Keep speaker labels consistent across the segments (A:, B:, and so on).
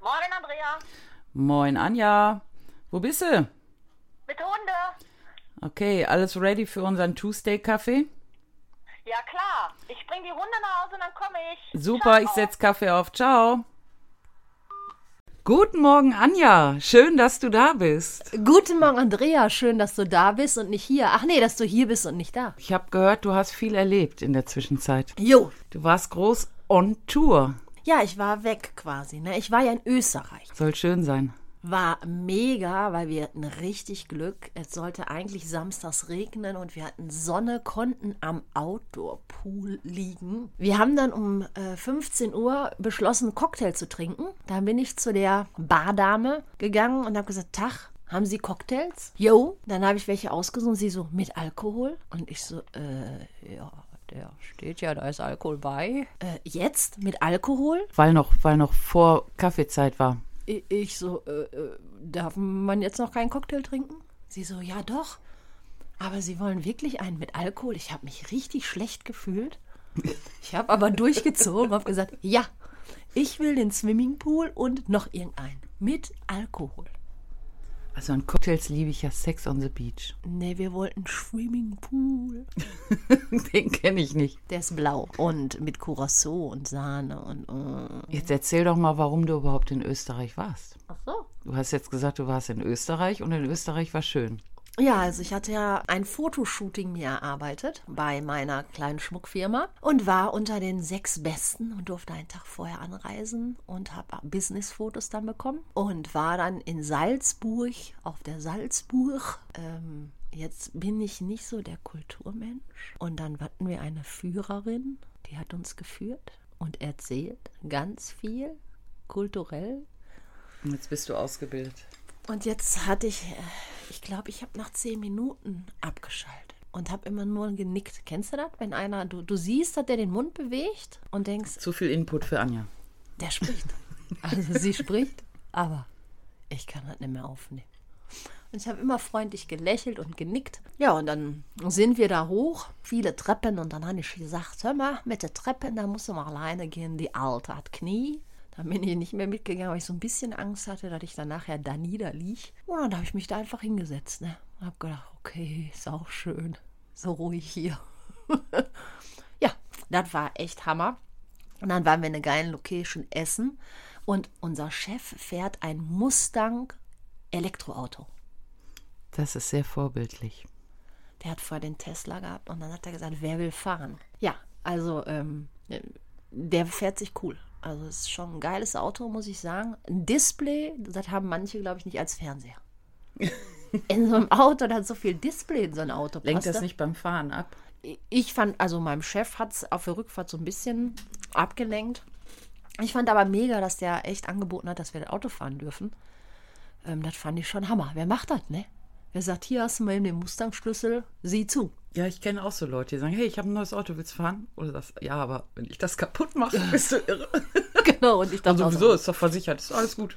A: Morgen, Andrea.
B: Moin, Anja. Wo bist du?
A: Mit Hunde.
B: Okay, alles ready für unseren Tuesday-Kaffee?
A: Ja, klar. Ich bringe die Hunde nach Hause und dann komme ich.
B: Super, ich setz Kaffee auf. Ciao. Guten Morgen, Anja. Schön, dass du da bist.
C: Guten Morgen, Andrea. Schön, dass du da bist und nicht hier. Ach nee, dass du hier bist und nicht da.
B: Ich habe gehört, du hast viel erlebt in der Zwischenzeit.
C: Jo.
B: Du warst groß on Tour.
C: Ja, ich war weg quasi. Ne? Ich war ja in Österreich.
B: Soll schön sein.
C: War mega, weil wir hatten richtig Glück. Es sollte eigentlich samstags regnen und wir hatten Sonne, konnten am Outdoor-Pool liegen. Wir haben dann um äh, 15 Uhr beschlossen, einen Cocktail zu trinken. Dann bin ich zu der Bardame gegangen und habe gesagt, Tag, haben Sie Cocktails? Jo. Dann habe ich welche ausgesucht. Sie so, mit Alkohol? Und ich so, äh, ja, der steht ja, da ist Alkohol bei. Äh, jetzt? Mit Alkohol?
B: Weil noch, weil noch vor Kaffeezeit war.
C: I- Ich so, äh, äh, darf man jetzt noch keinen Cocktail trinken? Sie so, ja doch. Aber Sie wollen wirklich einen mit Alkohol? Ich habe mich richtig schlecht gefühlt. Ich habe aber durchgezogen, habe gesagt, ja, ich will den Swimmingpool und noch irgendeinen mit Alkohol.
B: Also an Cocktails liebe ich ja Sex on the Beach.
C: Nee, wir wollten Swimmingpool.
B: Den kenne ich nicht.
C: Der ist blau und mit Curacao und Sahne und äh.
B: Jetzt erzähl doch mal, warum du überhaupt in Österreich warst.
C: ach so.
B: Du hast jetzt gesagt, du warst in Österreich und in Österreich war schön.
C: Ja, also ich hatte ja ein Fotoshooting mir erarbeitet bei meiner kleinen Schmuckfirma und war unter den sechs Besten und durfte einen Tag vorher anreisen und habe Businessfotos dann bekommen und war dann in Salzburg auf der Salzburg. Ähm, jetzt bin ich nicht so der Kulturmensch und dann hatten wir eine Führerin, die hat uns geführt und erzählt ganz viel kulturell
B: Und jetzt bist du ausgebildet.
C: und jetzt hatte ich, äh, ich glaube, ich habe nach zehn Minuten abgeschaltet und habe immer nur genickt. Kennst du das? Wenn einer, du, du siehst, dass der den Mund bewegt und denkst,
B: Zu viel Input für Anja.
C: der spricht. Also sie spricht, aber ich kann das nicht mehr aufnehmen. Und ich habe immer freundlich gelächelt und genickt. Ja, und dann sind wir da hoch, viele Treppen. Und dann habe ich gesagt, hör mal, mit der Treppen, da musst du mal alleine gehen. Die Alte hat Knie. Dann bin ich nicht mehr mitgegangen, weil ich so ein bisschen Angst hatte, dass ich dann nachher da niederlieg. Und dann habe ich mich da einfach hingesetzt. Ne? Und habe gedacht, okay, ist auch schön. So ruhig hier. ja, das war echt Hammer. Und dann waren wir in einer geilen Location essen. Und unser Chef fährt ein Mustang Elektroauto.
B: Das ist sehr vorbildlich.
C: Der hat vorher den Tesla gehabt und dann hat er gesagt, wer will fahren? Ja, also ähm, der fährt sich cool. Also es ist schon ein geiles Auto, muss ich sagen. Ein Display, das haben manche, glaube ich, nicht als Fernseher. In so einem Auto, da hat so viel Display in so ein Auto.
B: Lenkt
C: passt
B: das nicht beim Fahren ab?
C: ich fand, also meinem Chef hat es auf der Rückfahrt so ein bisschen abgelenkt. Ich fand aber mega, dass der echt angeboten hat, dass wir das Auto fahren dürfen. Ähm, das fand ich schon Hammer. Wer macht das, ne? Wer sagt, hier hast du mal eben den Mustang-Schlüssel, sieh zu.
B: Ja, ich kenne auch so Leute, die sagen, hey, ich habe ein neues Auto, willst du fahren? Oder das, ja, aber wenn ich das kaputt mache, bist du irre.
C: Genau, und ich dachte auch so,
B: Sowieso Also ist doch versichert, ist alles gut.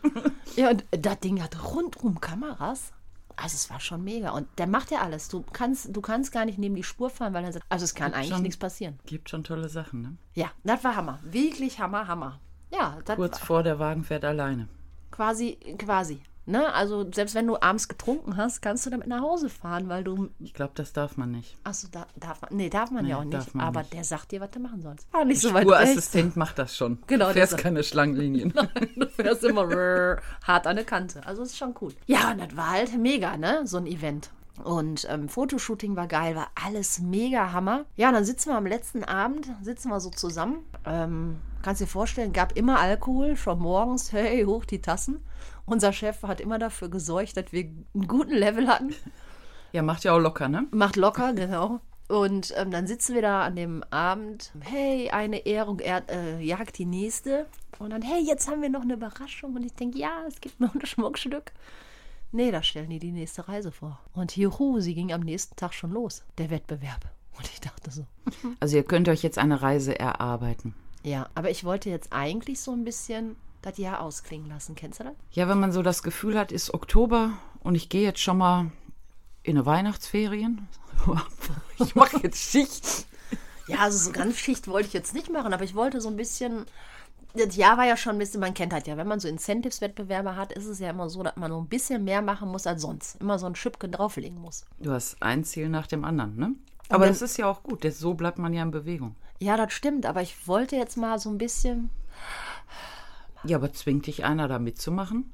C: Ja, und das Ding hat rundum Kameras. Also es war schon mega. Und der macht ja alles. Du kannst, du kannst gar nicht neben die Spur fahren, weil er sagt, also es kann eigentlich
B: schon-
C: nichts passieren.
B: Gibt schon tolle Sachen, ne?
C: Ja, das war Hammer. Wirklich Hammer, Hammer. Ja, das
B: Kurz
C: war
B: vor, der Wagen fährt alleine.
C: quasi, quasi. Ne? Also selbst wenn du abends getrunken hast, kannst du damit nach Hause fahren, weil du.
B: Ich glaube, das darf man nicht.
C: Achso, da, darf man. Nee, darf man ja
B: Nee,
C: auch
B: darf
C: nicht.
B: man
C: Aber
B: nicht. also
C: der sagt dir, was du machen sollst. War nicht so weit rechts.
B: Spurassistent macht das schon.
C: Genau,
B: Du fährst
C: das-
B: keine Schlangenlinien.
C: Du fährst immer rrr, hart an der Kante. Also ist schon cool. Ja, und das war halt mega, ne? So ein Event. Und ähm, Fotoshooting war geil, war alles mega Hammer. Ja, und dann sitzen wir am letzten Abend, sitzen wir so zusammen. Ähm, kannst dir vorstellen, gab immer Alkohol, schon morgens, hey, hoch die Tassen. Unser Chef hat immer dafür gesorgt, dass wir einen guten Level hatten.
B: Ja, macht ja auch locker, ne?
C: Macht locker, genau. Und ähm, dann sitzen wir da an dem Abend. Hey, eine Ehrung er, äh, jagt die nächste. Und dann, hey, jetzt haben wir noch eine Überraschung. Und ich denke, ja, es gibt noch ein Schmuckstück. Nee, da stellen die die nächste Reise vor. Und juhu, sie ging am nächsten Tag schon los. Der Wettbewerb. Und ich dachte so.
B: Also ihr könnt euch jetzt eine Reise erarbeiten.
C: Ja, aber ich wollte jetzt eigentlich so ein bisschen das Jahr ausklingen lassen. Kennst du das?
B: Ja, wenn man so das Gefühl hat, ist Oktober und ich gehe jetzt schon mal in eine Weihnachtsferien. Ich mache jetzt Schicht.
C: Ja, also so ganz Schicht wollte ich jetzt nicht machen, aber ich wollte so ein bisschen das Jahr war ja schon ein bisschen, man kennt halt ja, wenn man so Incentives-Wettbewerbe hat, ist es ja immer so, dass man so ein bisschen mehr machen muss als sonst. Immer so ein Schüppchen drauflegen muss.
B: Du hast ein Ziel nach dem anderen, ne? Aber das ist ja auch gut, das, so bleibt man ja in Bewegung.
C: Ja, das stimmt, aber ich wollte jetzt mal so ein bisschen.
B: Ja, aber zwingt dich einer da mitzumachen?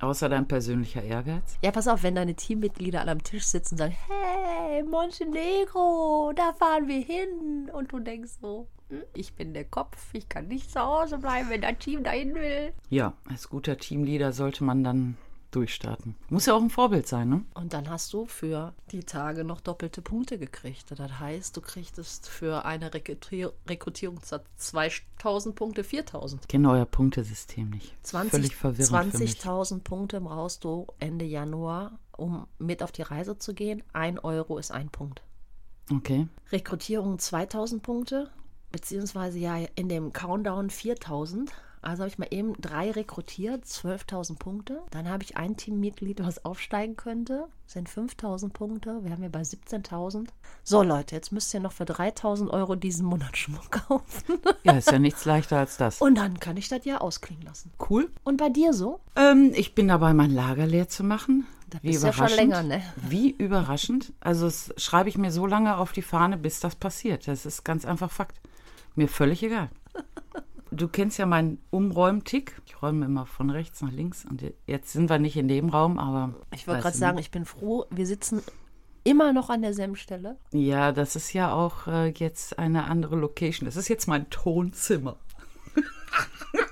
B: Außer dein persönlicher Ehrgeiz?
C: Ja, pass auf, wenn deine Teammitglieder alle am Tisch sitzen und sagen, hey, Montenegro, da fahren wir hin. Und du denkst so, hm, ich bin der Kopf, ich kann nicht zu Hause bleiben, wenn dein Team dahin will.
B: Ja, als guter Teamleader sollte man dann durchstarten. Muss ja auch ein Vorbild sein, ne?
C: Und dann hast du für die Tage noch doppelte Punkte gekriegt. Das heißt, du kriegtest für eine Rekrutier Rekrutierung statt 2000 Punkte 4000.
B: Ich kenne euer Punktesystem nicht.
C: 20
B: Völlig verwirrend für mich.
C: 20.000 Punkte brauchst du Ende Januar, um mit auf die Reise zu gehen. Ein Euro ist ein Punkt.
B: Okay.
C: Rekrutierung 2000 Punkte, beziehungsweise ja in dem Countdown 4000. Also habe ich mal eben drei rekrutiert, 12.000 Punkte. Dann habe ich ein Teammitglied, was aufsteigen könnte, sind 5.000 Punkte. Wir haben ja bei 17.000. So Leute, jetzt müsst ihr noch für 3.000 Euro diesen Monat Schmuck kaufen.
B: Ja, ist ja nichts leichter als das.
C: Und dann kann ich das ja ausklingen lassen.
B: Cool.
C: Und bei dir so?
B: Ähm, ich bin dabei, mein Lager leer zu machen.
C: Da bist du ja schon
B: überraschend.
C: länger, ne?
B: Wie überraschend. Also das schreibe ich mir so lange auf die Fahne, bis das passiert. Das ist ganz einfach Fakt. Mir völlig egal. Du kennst ja meinen Umräumtick. Ich räume immer von rechts nach links. Und jetzt sind wir nicht in dem Raum, aber.
C: Ich wollte
B: weißt
C: gerade
B: du,
C: sagen, ich bin froh, wir sitzen immer noch an derselben Stelle.
B: Ja, das ist ja auch äh, jetzt eine andere Location. Das ist jetzt mein Tonzimmer.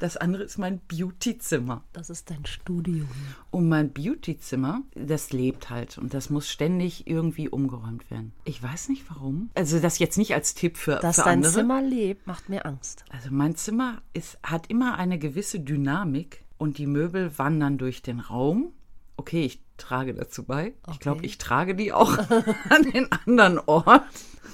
B: das andere ist mein Beautyzimmer.
C: Das ist dein Studio.
B: Und mein Beautyzimmer, das lebt halt und das muss ständig irgendwie umgeräumt werden. Ich weiß nicht warum. Also das jetzt nicht als Tipp für,
C: Dass
B: für
C: dein
B: andere.
C: Zimmer lebt, macht mir Angst.
B: Also mein Zimmer ist, hat immer eine gewisse Dynamik und die Möbel wandern durch den Raum. Okay, ich trage dazu bei. Ich glaube,
C: Okay.
B: ich trage die auch an den anderen Ort.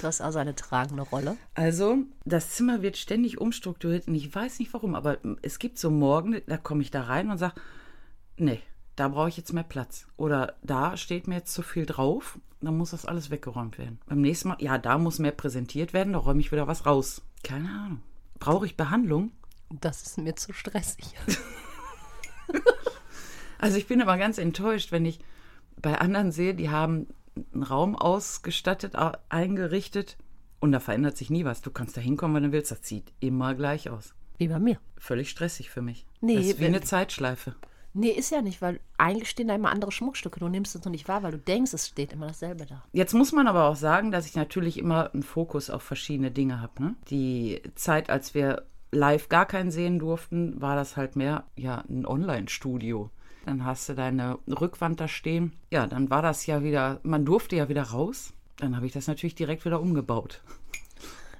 C: Du hast also eine tragende Rolle.
B: Also, das Zimmer wird ständig umstrukturiert und ich weiß nicht warum, aber es gibt so Morgen, da komme ich da rein und sage, nee, da brauche ich jetzt mehr Platz. Oder da steht mir jetzt zu viel drauf, dann muss das alles weggeräumt werden. Beim nächsten Mal, ja, da muss mehr präsentiert werden, da räume ich wieder was raus. Keine Ahnung. Brauche ich Behandlung?
C: Das ist mir zu stressig.
B: Also ich bin aber ganz enttäuscht, wenn ich bei anderen sehe, die haben einen Raum ausgestattet, a- eingerichtet und da verändert sich nie was. Du kannst da hinkommen, wenn du willst. Das sieht immer gleich aus.
C: Wie bei mir.
B: völlig stressig für mich.
C: Nee,
B: das ist wie
C: wenn-
B: eine Zeitschleife.
C: Nee, ist ja nicht, weil eigentlich stehen da immer andere Schmuckstücke. Du nimmst es noch nicht wahr, weil du denkst, es steht immer dasselbe da.
B: Jetzt muss man aber auch sagen, dass ich natürlich immer einen Fokus auf verschiedene Dinge habe. Ne? Die Zeit, als wir live gar keinen sehen durften, war das halt mehr ja ein Online-Studio. Dann hast du deine Rückwand da stehen. Ja, dann war das ja wieder, man durfte ja wieder raus. Dann habe ich das natürlich direkt wieder umgebaut.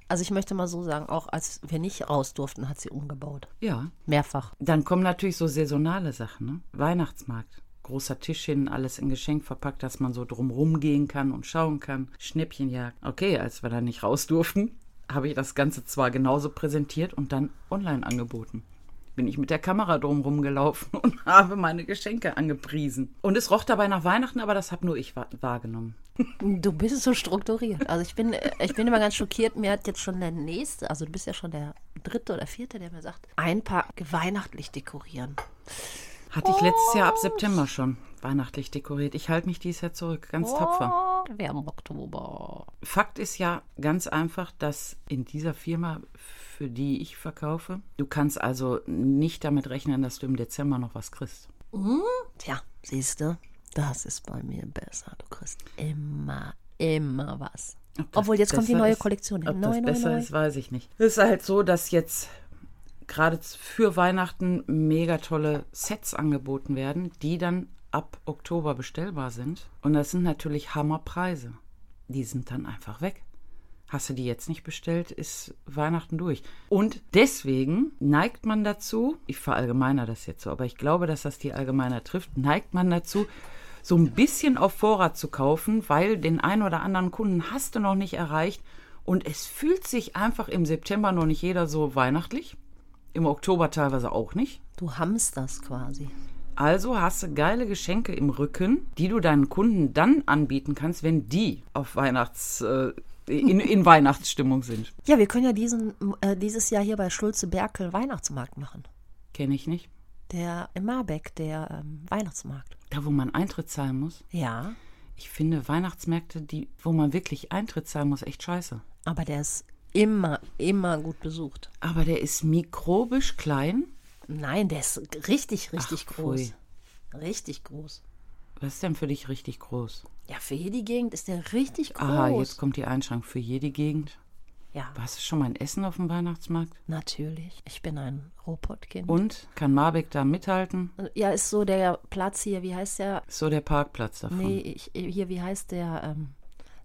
C: Also ich möchte mal so sagen, auch als wir nicht raus durften, hat sie umgebaut.
B: Ja,
C: Mehrfach.
B: Dann kommen natürlich so saisonale Sachen, ne? Weihnachtsmarkt. Großer Tisch hin, alles in Geschenk verpackt, dass man so drumrum gehen kann und schauen kann. Schnäppchenjagd. Okay, als wir da nicht raus durften, habe ich das Ganze zwar genauso präsentiert und dann online angeboten. Bin ich mit der Kamera drumrum gelaufen und habe meine Geschenke angepriesen. Und es roch dabei nach Weihnachten, aber das habe nur ich wa- wahrgenommen.
C: Du bist so strukturiert. Also ich bin, äh, ich bin immer ganz schockiert. Mir hat jetzt schon der nächste, also du bist ja schon der dritte oder vierte, der mir sagt, einpacken, weihnachtlich dekorieren.
B: Hatte ich letztes Jahr ab September schon weihnachtlich dekoriert. Ich halte mich dieses Jahr zurück, ganz tapfer.
C: Wir haben Oktober.
B: Fakt ist ja ganz einfach, dass in dieser Firma, für die ich verkaufe, du kannst also nicht damit rechnen, dass du im Dezember noch was kriegst.
C: Tja, siehst du, das ist bei mir besser. Du kriegst immer, immer was.
B: Ob das
C: Obwohl, jetzt kommt die
B: besser
C: neue
B: ist,
C: Kollektion.
B: Ob
C: neu,
B: das
C: neu,
B: besser
C: neu.
B: ist, weiß ich nicht. Es ist halt so, dass jetzt gerade für Weihnachten mega tolle Sets angeboten werden, die dann ab Oktober bestellbar sind. Und das sind natürlich Hammerpreise. Die sind dann einfach weg. Hast du die jetzt nicht bestellt, ist Weihnachten durch. Und deswegen neigt man dazu, ich verallgemeiner das jetzt so, aber ich glaube, dass das die allgemeiner trifft, neigt man dazu, so ein bisschen auf Vorrat zu kaufen, weil den einen oder anderen Kunden hast du noch nicht erreicht. Und es fühlt sich einfach im September noch nicht jeder so weihnachtlich. Im Oktober teilweise auch nicht.
C: Du hamsterst quasi.
B: Also hast du geile Geschenke im Rücken, die du deinen Kunden dann anbieten kannst, wenn die auf Weihnachts äh, in, in Weihnachtsstimmung sind.
C: Ja, wir können ja diesen, äh, dieses Jahr hier bei Schulze Berkel Weihnachtsmarkt machen.
B: Kenne ich nicht.
C: Der im Marbeck, der ähm, Weihnachtsmarkt.
B: Da, wo man Eintritt zahlen muss.
C: Ja,
B: Ich finde Weihnachtsmärkte, die, wo man wirklich Eintritt zahlen muss, echt scheiße.
C: aber der ist immer, immer gut besucht.
B: Aber der ist mikrobisch klein.
C: Nein, der ist richtig, richtig
B: Ach,
C: groß.
B: pfui.
C: Richtig groß.
B: Was ist denn für dich richtig groß?
C: Ja, für hier die Gegend ist der richtig groß.
B: Aha, jetzt kommt die Einschränkung für jede Gegend.
C: Ja,
B: Warst du schon mal in Essen auf dem Weihnachtsmarkt?
C: natürlich. Ich bin ein Robotkind.
B: Und? Kann Marbeck da mithalten?
C: Ja, ist so der Platz hier, wie heißt der?
B: Ist so der Parkplatz davon.
C: Nee, ich, hier, wie heißt der? Ähm,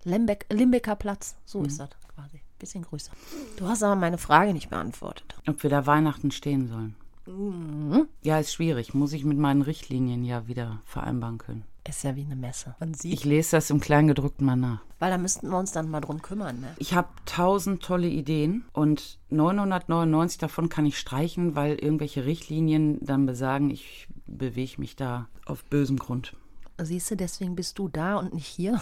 C: Lembeck, Limbecker Platz. So ist das quasi. Bisschen größer. Du hast aber meine Frage nicht beantwortet.
B: Ob wir da Weihnachten stehen sollen?
C: Mhm.
B: Ja, ist schwierig. Muss ich mit meinen Richtlinien ja wieder vereinbaren können.
C: Ist ja wie eine Messe. Man sieht.
B: Ich lese das im Kleingedruckten mal nach.
C: Weil da müssten wir uns dann mal drum kümmern, ne?
B: Ich habe tausend tolle Ideen und 999 davon kann ich streichen, weil irgendwelche Richtlinien dann besagen, ich bewege mich da auf bösem Grund.
C: Siehst du, deswegen bist du da und nicht hier.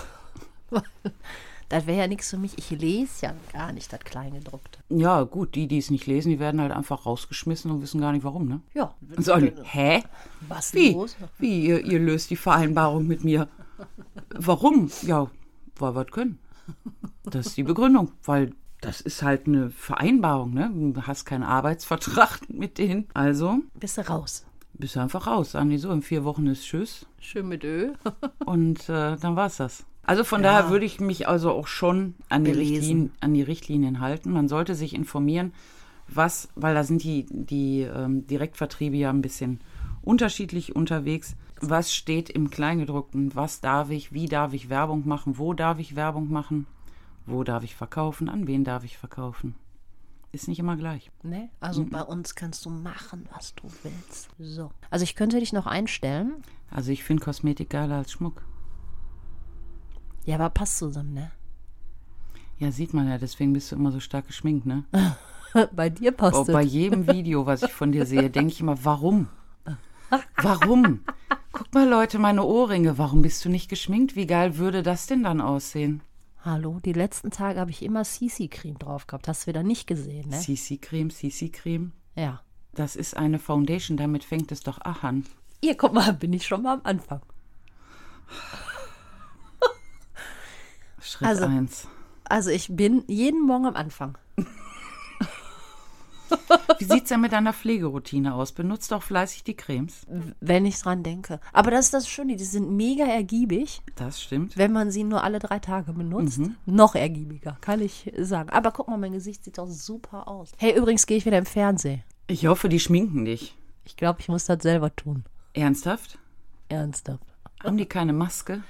C: das wäre ja nichts für mich. Ich lese ja gar nicht das Kleingedruckte.
B: Ja, gut, die, die es nicht lesen, die werden halt einfach rausgeschmissen und wissen gar nicht warum, ne?
C: Ja.
B: Und sagen, hä?
C: Was denn
B: Wie?
C: los?
B: Wie, ihr, ihr löst die Vereinbarung mit mir? Warum? Ja, weil wir es können. Das ist die Begründung, weil das ist halt eine Vereinbarung, ne? Du hast keinen Arbeitsvertrag mit denen. Also
C: Bist du raus?
B: bist du einfach raus. Sagen die so, in vier Wochen ist Tschüss
C: Schön mit Ö.
B: und äh, dann war's das. Also von daher würde ich mich also auch schon an die,
C: Belesen.
B: Richtlinien, an die Richtlinien halten. Man sollte sich informieren, was, weil da sind die, die ähm, Direktvertriebe ja ein bisschen unterschiedlich unterwegs. Was steht im Kleingedruckten? Was darf ich? Wie darf ich Werbung machen? Wo darf ich Werbung machen? Wo darf ich verkaufen? An wen darf ich verkaufen? Ist nicht immer gleich.
C: Ne? Also bei uns kannst du machen, was du willst. So. Also ich könnte dich noch einstellen.
B: Also ich finde Kosmetik geiler als Schmuck.
C: Ja, aber passt zusammen, ne?
B: Ja, sieht man ja, deswegen bist du immer so stark geschminkt, ne?
C: bei dir passt
B: Boah,
C: es.
B: Oh, bei jedem Video, was ich von dir sehe, denke ich immer, warum? Warum? Guck mal, Leute, meine Ohrringe, warum bist du nicht geschminkt? Wie geil würde das denn dann aussehen?
C: Hallo, die letzten Tage habe ich immer CC-Creme drauf gehabt. Hast du wieder nicht gesehen, ne?
B: CC-Creme, CC-Creme.
C: ja.
B: Das ist eine Foundation, damit fängt es doch ach an.
C: Ihr, guck mal, bin ich schon mal am Anfang.
B: Schritt
C: Also-
B: eins.
C: Also ich bin jeden Morgen am Anfang.
B: Wie sieht's denn mit deiner Pflegeroutine aus? Benutzt doch fleißig die Cremes.
C: Wenn ich dran denke. Aber das ist das Schöne, die sind mega ergiebig,
B: Das stimmt.
C: wenn man sie nur alle drei Tage benutzt. Noch ergiebiger, kann ich sagen. Aber guck mal, mein Gesicht sieht doch super aus. Hey, übrigens gehe ich wieder im Fernsehen.
B: Ich hoffe, die schminken dich.
C: Ich glaube, ich muss das selber tun.
B: Ernsthaft?
C: Ernsthaft.
B: Haben die keine Maske?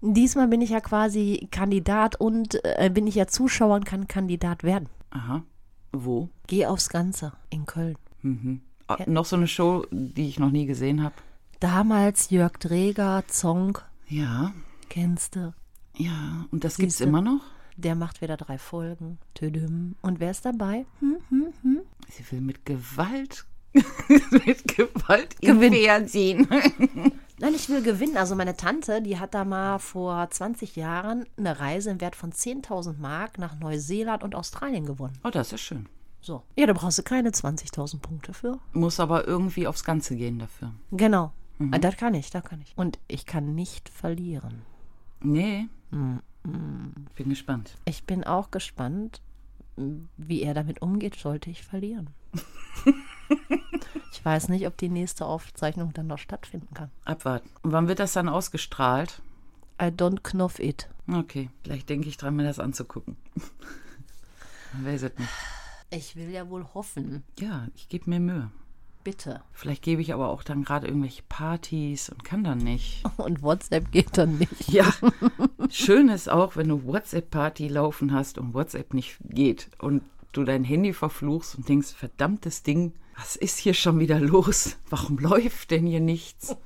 C: Diesmal bin ich ja quasi Kandidat und äh, bin ich ja Zuschauer und kann Kandidat werden.
B: Aha. Wo?
C: Geh aufs Ganze in Köln.
B: Ah, Noch so eine Show, die ich noch nie gesehen habe.
C: Damals Jörg Dreger, Zong,
B: Ja.
C: kennst du?
B: Ja, und das gibt's
C: Siehste.
B: immer noch?
C: Der macht wieder drei Folgen. Tödüm. Und wer ist dabei? Hm?
B: Sie will mit Gewalt, mit Gewalt im Fernsehen.
C: Nein, ich will gewinnen. Also meine Tante, die hat da mal vor 20 Jahren eine Reise im Wert von 10.000 Mark nach Neuseeland und Australien gewonnen.
B: Oh, das ist schön.
C: So. Ja, da brauchst du keine 20.000 Punkte für.
B: Muss aber irgendwie aufs Ganze gehen dafür.
C: Genau. Ah, Das kann ich, das kann ich. Und ich kann nicht verlieren.
B: Nee. Bin gespannt.
C: Ich bin auch gespannt, wie er damit umgeht, sollte ich verlieren. ich weiß nicht, ob die nächste Aufzeichnung dann noch stattfinden kann.
B: Abwarten. Und wann wird das dann ausgestrahlt?
C: I don't knoff it.
B: Okay, vielleicht denke ich dran, mir das anzugucken. Man weiß es nicht.
C: Ich will ja wohl hoffen.
B: Ja, ich gebe mir Mühe.
C: Bitte.
B: Vielleicht gebe ich aber auch dann gerade irgendwelche Partys und kann dann nicht.
C: Und WhatsApp geht dann nicht.
B: Ja, schön ist auch, wenn du WhatsApp-Party laufen hast und WhatsApp nicht geht und du dein Handy verfluchst und denkst, verdammtes Ding, was ist hier schon wieder los? Warum läuft denn hier nichts?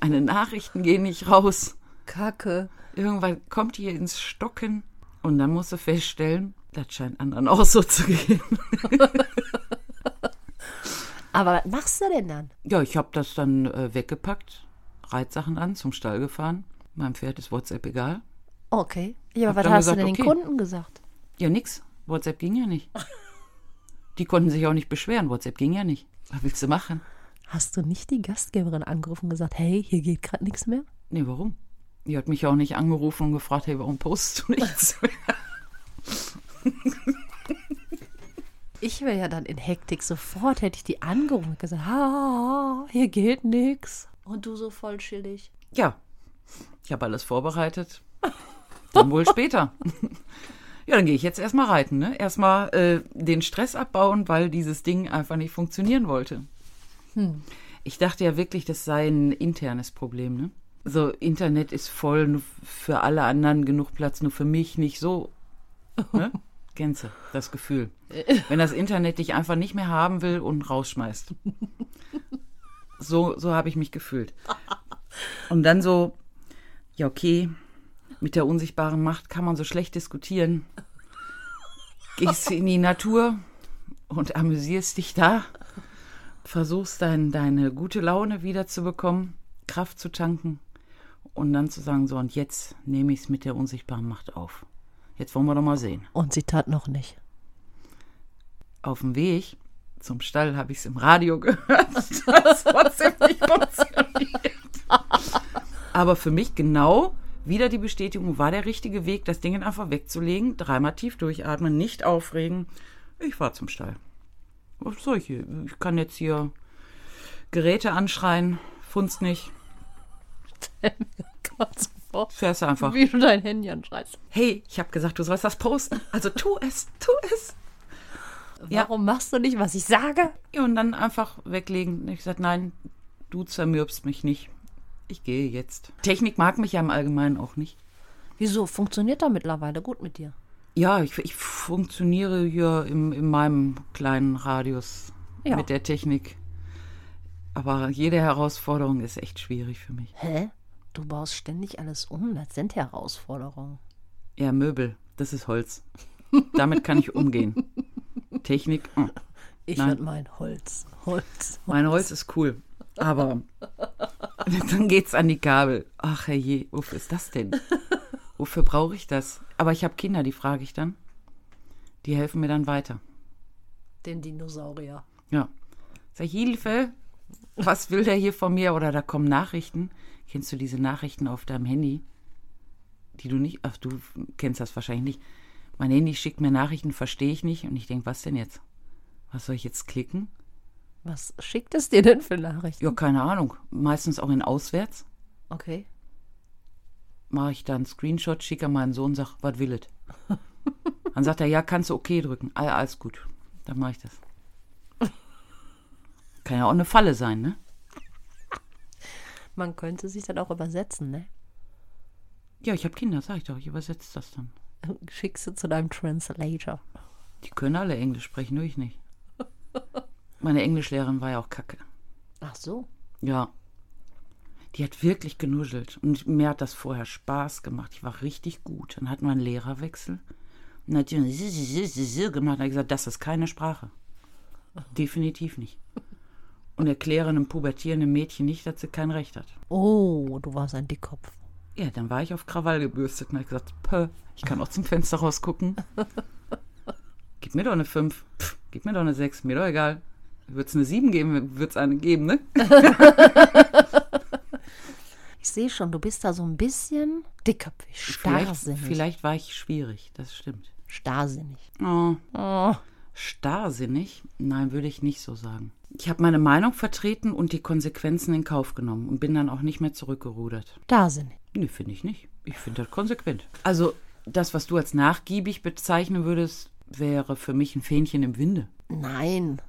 B: Meine Nachrichten gehen nicht raus.
C: Kacke.
B: Irgendwann kommt hier ins Stocken und dann musst du feststellen, das scheint anderen auch so zu gehen.
C: Aber was machst du denn dann?
B: Ja, ich habe das dann äh, weggepackt, Reitsachen an, zum Stall gefahren. Meinem Pferd ist WhatsApp egal.
C: Okay. Ja,
B: Hab
C: aber was
B: dann
C: hast du
B: gesagt,
C: denn den
B: okay.
C: Kunden gesagt?
B: Ja, nix. WhatsApp ging ja nicht. Die konnten sich auch nicht beschweren. WhatsApp ging ja nicht. Was willst du machen?
C: Hast du nicht die Gastgeberin angerufen und gesagt, hey, hier geht gerade nichts mehr?
B: Nee, warum? Die hat mich auch nicht angerufen und gefragt, hey, warum postest du nichts mehr?
C: Ich wäre ja dann in Hektik. Sofort hätte ich die angerufen und gesagt, ha, hier geht nichts. Und du so voll chillig.
B: Ja, ich habe alles vorbereitet. Dann wohl später. Ja, dann gehe ich jetzt erstmal reiten, ne? Erstmal äh, den Stress abbauen, weil dieses Ding einfach nicht funktionieren wollte. Ich dachte ja wirklich, das sei ein internes Problem, ne? So, Internet ist voll, nur für alle anderen genug Platz, nur für mich nicht so. Ne? Gänze, das Gefühl. Wenn das Internet dich einfach nicht mehr haben will und rausschmeißt. So, so habe ich mich gefühlt. Und dann so, ja, okay, mit der unsichtbaren Macht kann man so schlecht diskutieren. Gehst in die Natur und amüsierst dich da, versuchst dein, deine gute Laune wiederzubekommen, Kraft zu tanken und dann zu sagen, so und jetzt nehme ich es mit der unsichtbaren Macht auf. Jetzt wollen wir doch mal sehen.
C: Und sie tat noch nicht.
B: Auf dem Weg zum Stall habe ich es im Radio gehört, dass WhatsApp nicht funktioniert. Aber für mich genau wieder die Bestätigung, war der richtige Weg, das Ding einfach wegzulegen, dreimal tief durchatmen, nicht aufregen. Ich fahre zum Stall. Was soll ich hier? Ich kann jetzt hier Geräte anschreien, funzt nicht,
C: Gott, sofort.
B: fährst einfach.
C: Wie du dein Handy anschreist.
B: Hey, ich habe gesagt, du sollst das posten. Also tu es, tu es. Ja.
C: Warum machst du nicht, was ich sage?
B: Ja, und dann einfach weglegen. Ich sagte, nein, du zermürbst mich nicht. Ich gehe jetzt. Technik mag mich ja im Allgemeinen auch nicht.
C: Wieso? Funktioniert da mittlerweile gut mit dir?
B: Ja, ich, ich funktioniere hier im, in meinem kleinen Radius
C: Ja.
B: mit der Technik. Aber jede Herausforderung ist echt schwierig für mich.
C: Hä? Du baust ständig alles um. Das sind Herausforderungen.
B: Ja, Möbel, das ist Holz. Damit kann ich umgehen. Technik, mm.
C: Ich
B: Nein.
C: und mein Holz. Holz.
B: mein Holz ist cool. Aber dann geht's an die Gabel. Ach herrje, wofür ist das denn? Wofür brauche ich das? Aber ich habe Kinder, die frage ich dann. Die helfen mir dann weiter.
C: Den Dinosaurier.
B: Ja. Sag ich, Hilfe, was will der hier von mir? Oder da kommen Nachrichten. Kennst du diese Nachrichten auf deinem Handy? Die du nicht, ach, du kennst das wahrscheinlich nicht. Mein Handy schickt mir Nachrichten, verstehe ich nicht. Und ich denke, was denn jetzt? Was soll ich jetzt klicken?
C: Was schickt es dir denn für Nachrichten?
B: Ja, keine Ahnung. Meistens auch in Auswärts.
C: Okay.
B: Mache ich dann einen Screenshot, schicke an meinen Sohn und sag, was will it? Dann sagt er, ja, kannst du okay drücken. Ah, ja, alles gut. Dann mache ich das. Kann ja auch eine Falle sein, ne?
C: Man könnte sich dann auch übersetzen, ne?
B: Ja, ich habe Kinder, sag ich doch. Ich übersetze das dann.
C: Schickst du zu deinem Translator.
B: Die können alle Englisch sprechen, nur ich nicht. Meine Englischlehrerin war ja auch kacke.
C: Ach so.
B: Ja. Die hat wirklich genuschelt. Und mir hat das vorher Spaß gemacht. Ich war richtig gut. Dann hatten wir einen Lehrerwechsel. Und dann hat die so- so- so- so gemacht. Und hat gesagt, das ist keine Sprache. Definitiv nicht. Und erkläre einem pubertierenden Mädchen nicht, dass sie kein Recht hat.
C: Oh, du warst ein Dickkopf.
B: Ja, dann war ich auf Krawall gebürstet und habe gesagt, Pö, ich kann auch zum Fenster rausgucken. Gib mir doch eine 5, Pff, gib mir doch eine 6, mir doch egal. Wird es eine 7 geben, wird es eine geben, ne?
C: Ich sehe schon, du bist da so ein bisschen dickköpfig,
B: Vielleicht,
C: starrsinnig.
B: vielleicht war ich schwierig, das stimmt.
C: Starrsinnig.
B: Oh,
C: Oh.
B: starrsinnig? Nein, würde ich nicht so sagen. Ich habe meine Meinung vertreten und die Konsequenzen in Kauf genommen und bin dann auch nicht mehr zurückgerudert.
C: Starrsinnig.
B: Nee, finde ich nicht. Ich finde das konsequent. Also, das, was du als nachgiebig bezeichnen würdest, wäre für mich ein Fähnchen im Winde.
C: Nein.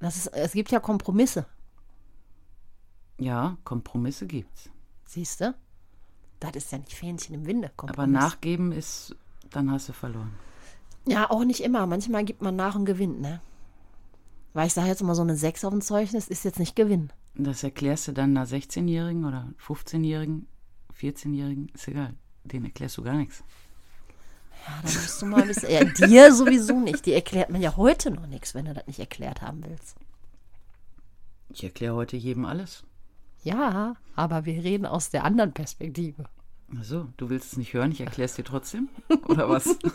C: Das ist, es gibt ja Kompromisse.
B: Ja, Kompromisse gibt's.
C: Siehst du? Das ist ja nicht Fähnchen im Winde.
B: Aber
C: Kompromiss.
B: nachgeben ist, dann hast du verloren.
C: Ja, auch nicht immer. Manchmal gibt man nach und gewinnt, ne? Weil ich sage jetzt mal, so eine 6 auf dem Zeugnis ist jetzt nicht Gewinn.
B: Und Das erklärst du dann einer 16-Jährigen oder 15-Jährigen, 14-Jährigen, ist egal. Den erklärst du gar nichts.
C: Ja, da musst du mal ein bisschen. Ja, dir sowieso nicht. Die erklärt man ja heute noch nichts, wenn du das nicht erklärt haben willst.
B: Ich erkläre heute jedem alles.
C: Ja, aber wir reden aus der anderen Perspektive.
B: Ach so, Also, du willst es nicht hören, ich erkläre es dir trotzdem? Oder was?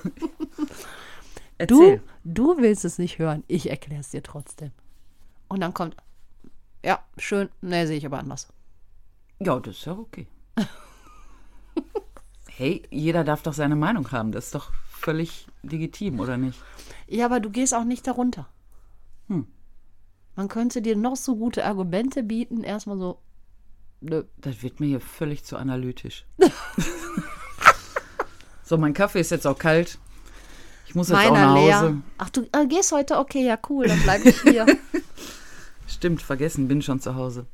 C: Du,
B: Erzähl.
C: du willst es nicht hören, ich erkläre es dir trotzdem. Und dann kommt, ja, schön, nee, sehe ich aber anders.
B: Ja, das ist ja okay. hey, jeder darf doch seine Meinung haben. Das ist doch völlig legitim, oder nicht?
C: Ja, aber du gehst auch nicht darunter.
B: Hm.
C: Man könnte dir noch so gute Argumente bieten, erstmal so, nö.
B: Das wird mir hier völlig zu analytisch. so, mein Kaffee ist jetzt auch kalt. Ich muss jetzt auch
C: Meiner
B: nach Hause.
C: leer. Ach, du äh, gehst heute? Okay, ja, cool, dann bleib ich hier.
B: Stimmt, vergessen, bin schon zu Hause.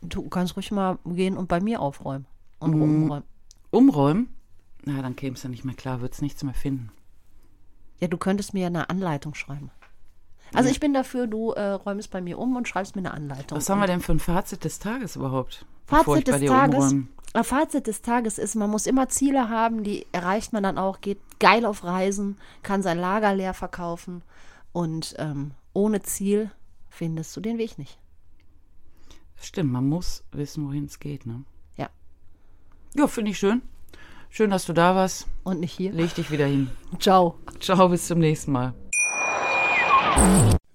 C: du kannst ruhig mal gehen und bei mir aufräumen. Und
B: Mhm.
C: rumräumen.
B: Umräumen? Na, dann käme es ja nicht mehr klar, würd's nichts mehr finden.
C: Ja, du könntest mir eine Anleitung schreiben. Also ich bin dafür, du äh, räumst bei mir um und schreibst mir eine Anleitung.
B: Was haben wir denn für ein Fazit des Tages überhaupt? Bevor ich
C: Mhm. Fazit
B: bei
C: des
B: dir
C: Tages.
B: umräume.
C: Äh, Fazit des Tages ist, man muss immer Ziele haben, die erreicht man dann auch, geht geil auf Reisen, kann sein Lager leer verkaufen und ähm, ohne Ziel findest du den Weg nicht.
B: Stimmt, man muss wissen, wohin es geht, ne?
C: Ja.
B: Ja, finde ich schön. Schön, dass du da warst.
C: Und nicht hier.
B: Leg dich wieder hin.
C: Ciao.
B: Ciao, bis zum nächsten Mal.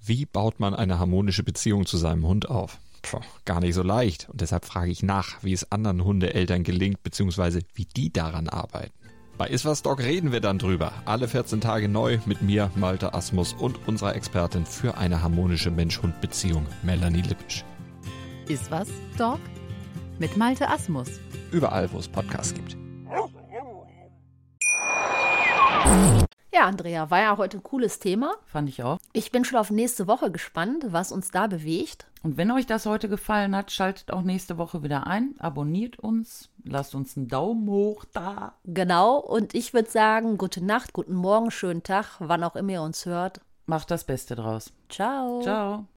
D: Wie baut man eine harmonische Beziehung zu seinem Hund auf? Puh, gar nicht so leicht. Und deshalb frage ich nach, wie es anderen Hundeeltern gelingt, beziehungsweise wie die daran arbeiten. Bei Iswas Dog reden wir dann drüber. Alle 14 Tage neu mit mir, Malte Asmus und unserer Expertin für eine harmonische Mensch-Hund-Beziehung, Melanie Lippisch.
E: Ist was, Dog? Mit Malte Asmus.
D: Überall, wo es Podcasts gibt.
C: Ja, Andrea, war ja heute ein cooles Thema.
B: Fand ich auch.
C: Ich bin schon auf nächste Woche gespannt, was uns da bewegt.
B: Und wenn euch das heute gefallen hat, schaltet auch nächste Woche wieder ein, abonniert uns, lasst uns einen Daumen hoch da.
C: Genau, und ich würde sagen, gute Nacht, guten Morgen, schönen Tag, wann auch immer ihr uns hört. Oh.
B: Macht das Beste draus. Ciao.